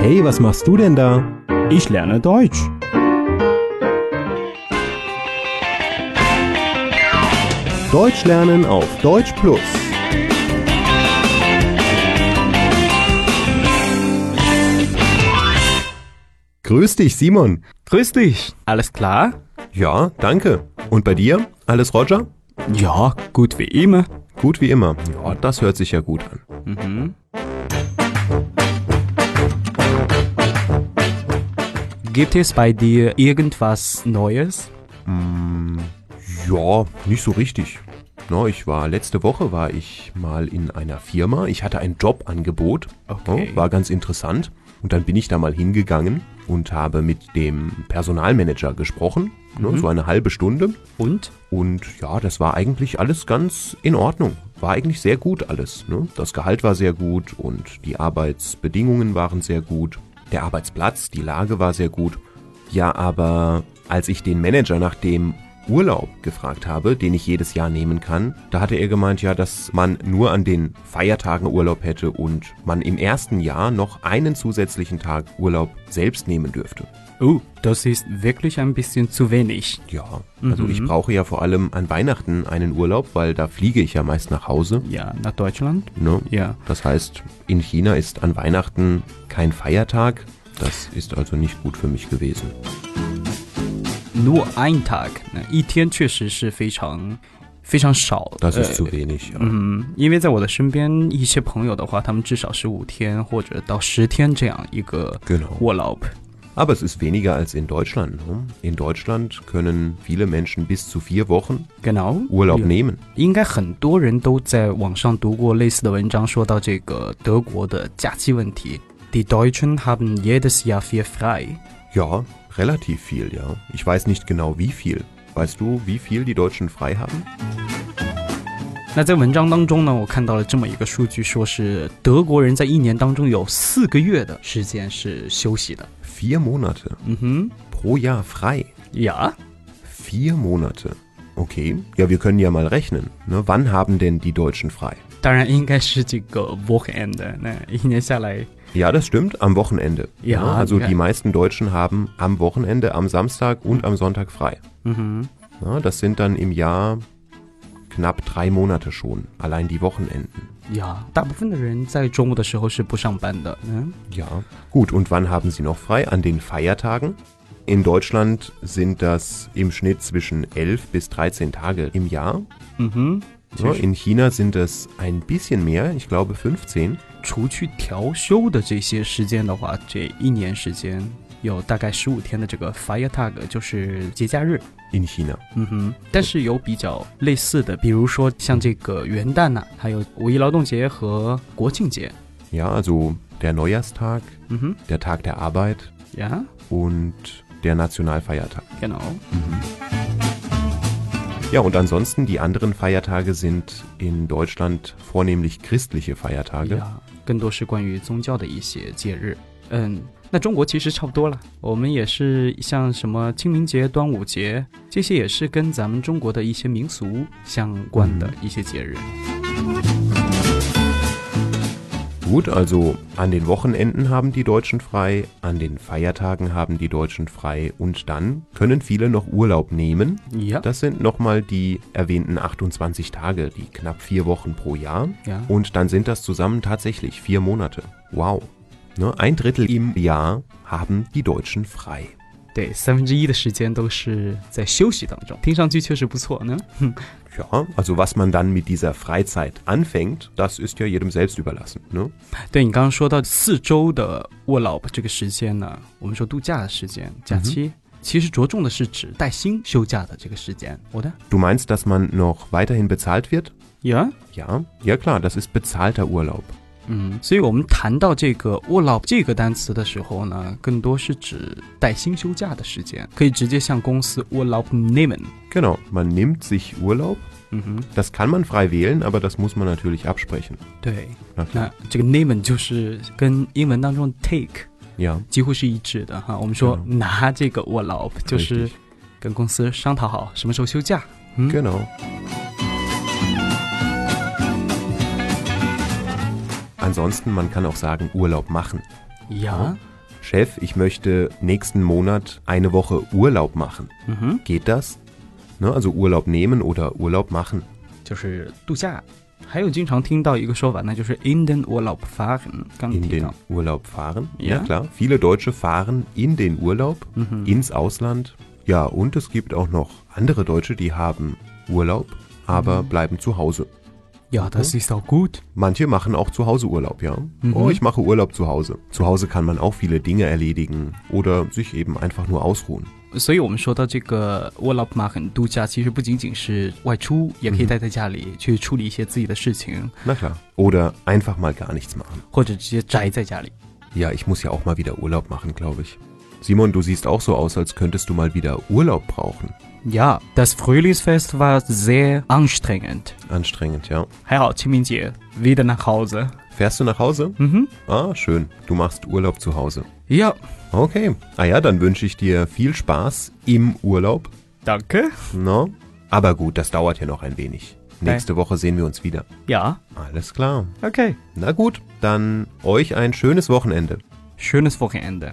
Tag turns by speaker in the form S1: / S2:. S1: Hey, was machst du denn da?
S2: Ich lerne Deutsch.
S1: Deutsch lernen auf Deutsch Plus. Grüß dich, Simon.
S2: Grüß dich. Alles klar?
S1: Ja, danke. Und bei dir? Alles Roger?
S2: Ja, gut wie immer.
S1: Gut wie immer. Ja, das hört sich ja gut an.
S2: Gibt es bei dir irgendwas Neues?
S1: Ja, nicht so richtig. Na, ich war letzte Woche war ich mal in einer Firma. Ich hatte ein Jobangebot.
S2: Okay.
S1: Ja, war ganz interessant. Und dann bin ich da mal hingegangen und habe mit dem Personalmanager gesprochen. Ne, so eine halbe Stunde.
S2: Und?
S1: Und ja, das war eigentlich alles ganz in Ordnung. War eigentlich sehr gut alles. Ne? Das Gehalt war sehr gut und die Arbeitsbedingungen waren sehr gut. Der Arbeitsplatz, die Lage war sehr gut. Ja, aber als ich den Manager nach dem Urlaub gefragt habe, den ich jedes Jahr nehmen kann, da hatte er gemeint, ja, dass man nur an den Feiertagen Urlaub hätte und man im ersten Jahr noch einen zusätzlichen Tag Urlaub selbst nehmen dürfte.
S2: Oh, das ist wirklich ein bisschen zu wenig.
S1: Ja, also ich brauche ja vor allem an Weihnachten einen Urlaub, weil da fliege ich ja meist nach Hause.
S2: Ja, nach Deutschland?
S1: Ne?
S2: Ja.
S1: Das heißt, in China ist an Weihnachten kein Feiertag. Das ist also nicht gut für mich gewesen.
S2: Nur ein Tag. 一天确实是非常非常少。
S1: Das
S2: 呃
S1: ist zu wenig. Ja.
S2: 嗯，因为在我的身边一些朋友的话，他们至少是五天或者到十天这样一个
S1: Genau.
S2: Urlaub。
S1: Aber es ist weniger als in Deutschland. Ne? In Deutschland können viele Menschen bis zu vier Wochen
S2: Genau，
S1: Urlaub
S2: 有
S1: nehmen.
S2: 应该很多人都在网上读过类似的文章，说到这个德国的假期问题。Die Deutschen haben jedes Jahr vier frei。
S1: Ja, relativ viel, ja. Ich weiß nicht genau wie viel. Weißt du, wie viel die Deutschen frei haben?
S2: 那在文章当中呢，我看到了这么一个数据，说是德国人在一年当中有四个月的时间是休息的。
S1: Vier Monate
S2: 嗯哼，
S1: pro Jahr frei.
S2: 呀，
S1: Vier Monate. Okay, ja, wir können ja mal rechnen. Ne? Wann haben denn die Deutschen frei?
S2: 当然应该是这个 Wochenende。那一年下来，
S1: Ja, das stimmt, am Wochenende.
S2: Ja,
S1: also
S2: ja.
S1: die meisten Deutschen haben am Wochenende, am Samstag und am Sonntag frei.
S2: 嗯哼，
S1: Ja, das sind dann im Jahr knapp drei Monate schon, allein die Wochenenden.
S2: 呀，大部分的人在周末的时候是不上班的。嗯，
S1: Ja. Gut, und wann haben sie noch frei? An den Feiertagen? In Deutschland sind das im Schnitt zwischen 11 bis 13 Tage im Jahr.
S2: 嗯哼，
S1: Ja, in China sind es ein bisschen mehr, ich glaube 15.
S2: 除去调休的这些时间的话，这一年时间有大概十五天的这个 Feiertag，就是节假日。
S1: In China.
S2: 嗯哼，但是有比较类似的，比如说像这个元旦呐、还有五一劳动节和国庆节。
S1: Ja, also der Neujahrstag,
S2: 嗯哼，
S1: der Tag der Arbeit
S2: 呀、
S1: und der Nationalfeiertag.
S2: genau，
S1: Ja, und ansonsten die anderen Feiertage sind in Deutschland vornehmlich christliche Feiertage.
S2: 呀，更多是关于宗教的一些节日。嗯，那中国其实差不多了，我们也是像什么清明节、端午节，这些也是跟咱们中国的一些民俗相关的一些节日。
S1: Gut, also an den Wochenenden haben die Deutschen frei, an den Feiertagen haben die Deutschen frei und dann können viele noch Urlaub nehmen.
S2: 呀
S1: Das sind nochmal die erwähnten 28 Tage, die knapp vier Wochen pro Jahr.
S2: 呀，
S1: Und dann sind das zusammen tatsächlich vier Monate. Wow. Ne, ein Drittel im Jahr haben die Deutschen frei.
S2: 对，三分之一的时间都是在休息当中，听上去确实不错呢。
S1: Ja, also was man dann mit dieser Freizeit anfängt, das ist ja jedem selbst überlassen. Ne?
S2: 对你刚刚说到四周的 urlaub 这个时间呢，我们说度假的时间、假期，其实着重的是指带薪休假的这个时间。我的
S1: Du meinst, dass man noch weiterhin bezahlt wird?
S2: 呀，
S1: Ja, ja klar, das ist bezahlter Urlaub.
S2: 嗯，所以我们谈到这个 urlaub 这个单词的时候呢，更多是指带薪休假的时间，可以直接向公司 urlaub nehmen。
S1: Genau, man nimmt sich Urlaub.
S2: 嗯哼，
S1: Das kann man frei wählen, aber das muss man natürlich absprechen.
S2: 对，
S1: Na klar.
S2: 那这个 nehmen 就是跟英文当中 take。
S1: Ja,
S2: 几乎是一致的哈。我们说拿这个 urlaub 就是跟公司商讨好什么时候休假。嗯
S1: genau. Ansonsten, man kann auch sagen, Urlaub machen.
S2: Ja.
S1: Chef, ich möchte nächsten Monat eine Woche Urlaub machen.
S2: Mhm，
S1: Geht das? Ne, also Urlaub nehmen oder Urlaub machen.
S2: 就是度假。还有经常听到一个说法呢，就是 in den Urlaub fahren，刚
S1: In
S2: 提
S1: den
S2: 到。
S1: Urlaub fahren.
S2: Ja.
S1: klar. Viele Deutsche fahren in den Urlaub,
S2: Mhm.
S1: ins Ausland. Ja, und es gibt auch noch andere Deutsche, die haben Urlaub, aber
S2: Mhm.
S1: bleiben zu Hause.
S2: Ja, das ist auch gut.
S1: Manche machen auch zu Hause Urlaub, ja.
S2: Mhm.
S1: Oh, ich mache Urlaub zu Hause. Zu Hause kann man auch viele Dinge erledigen oder sich eben einfach nur ausruhen.
S2: 所以我们说到这个 Urlaub machen 度假，其实不仅仅是外出，也可以待在家里去处理一些自己的事情，
S1: Na klar. Oder einfach mal gar nichts machen.
S2: 或者直接宅在家里。
S1: Ja, ich muss ja auch mal wieder Urlaub machen, glaube ich. Simon, du siehst auch so aus, als könntest du mal wieder Urlaub brauchen.
S2: Ja, das Frühlingsfest war sehr anstrengend.
S1: Anstrengend, ja.
S2: 还好清明节 wieder nach Hause。
S1: Fährst du nach Hause?
S2: Mhm.
S1: Ah, schön. Du machst Urlaub zu Hause.
S2: Ja,
S1: Okay. Ah ja, dann wünsche ich dir viel Spaß im Urlaub.
S2: danke.
S1: No? Aber gut, das dauert ja noch ein wenig. Nächste Woche sehen wir uns wieder.
S2: Ja,
S1: Alles klar.
S2: okay.
S1: Na gut, dann euch ein schönes Wochenende.
S2: Schönes Wochenende.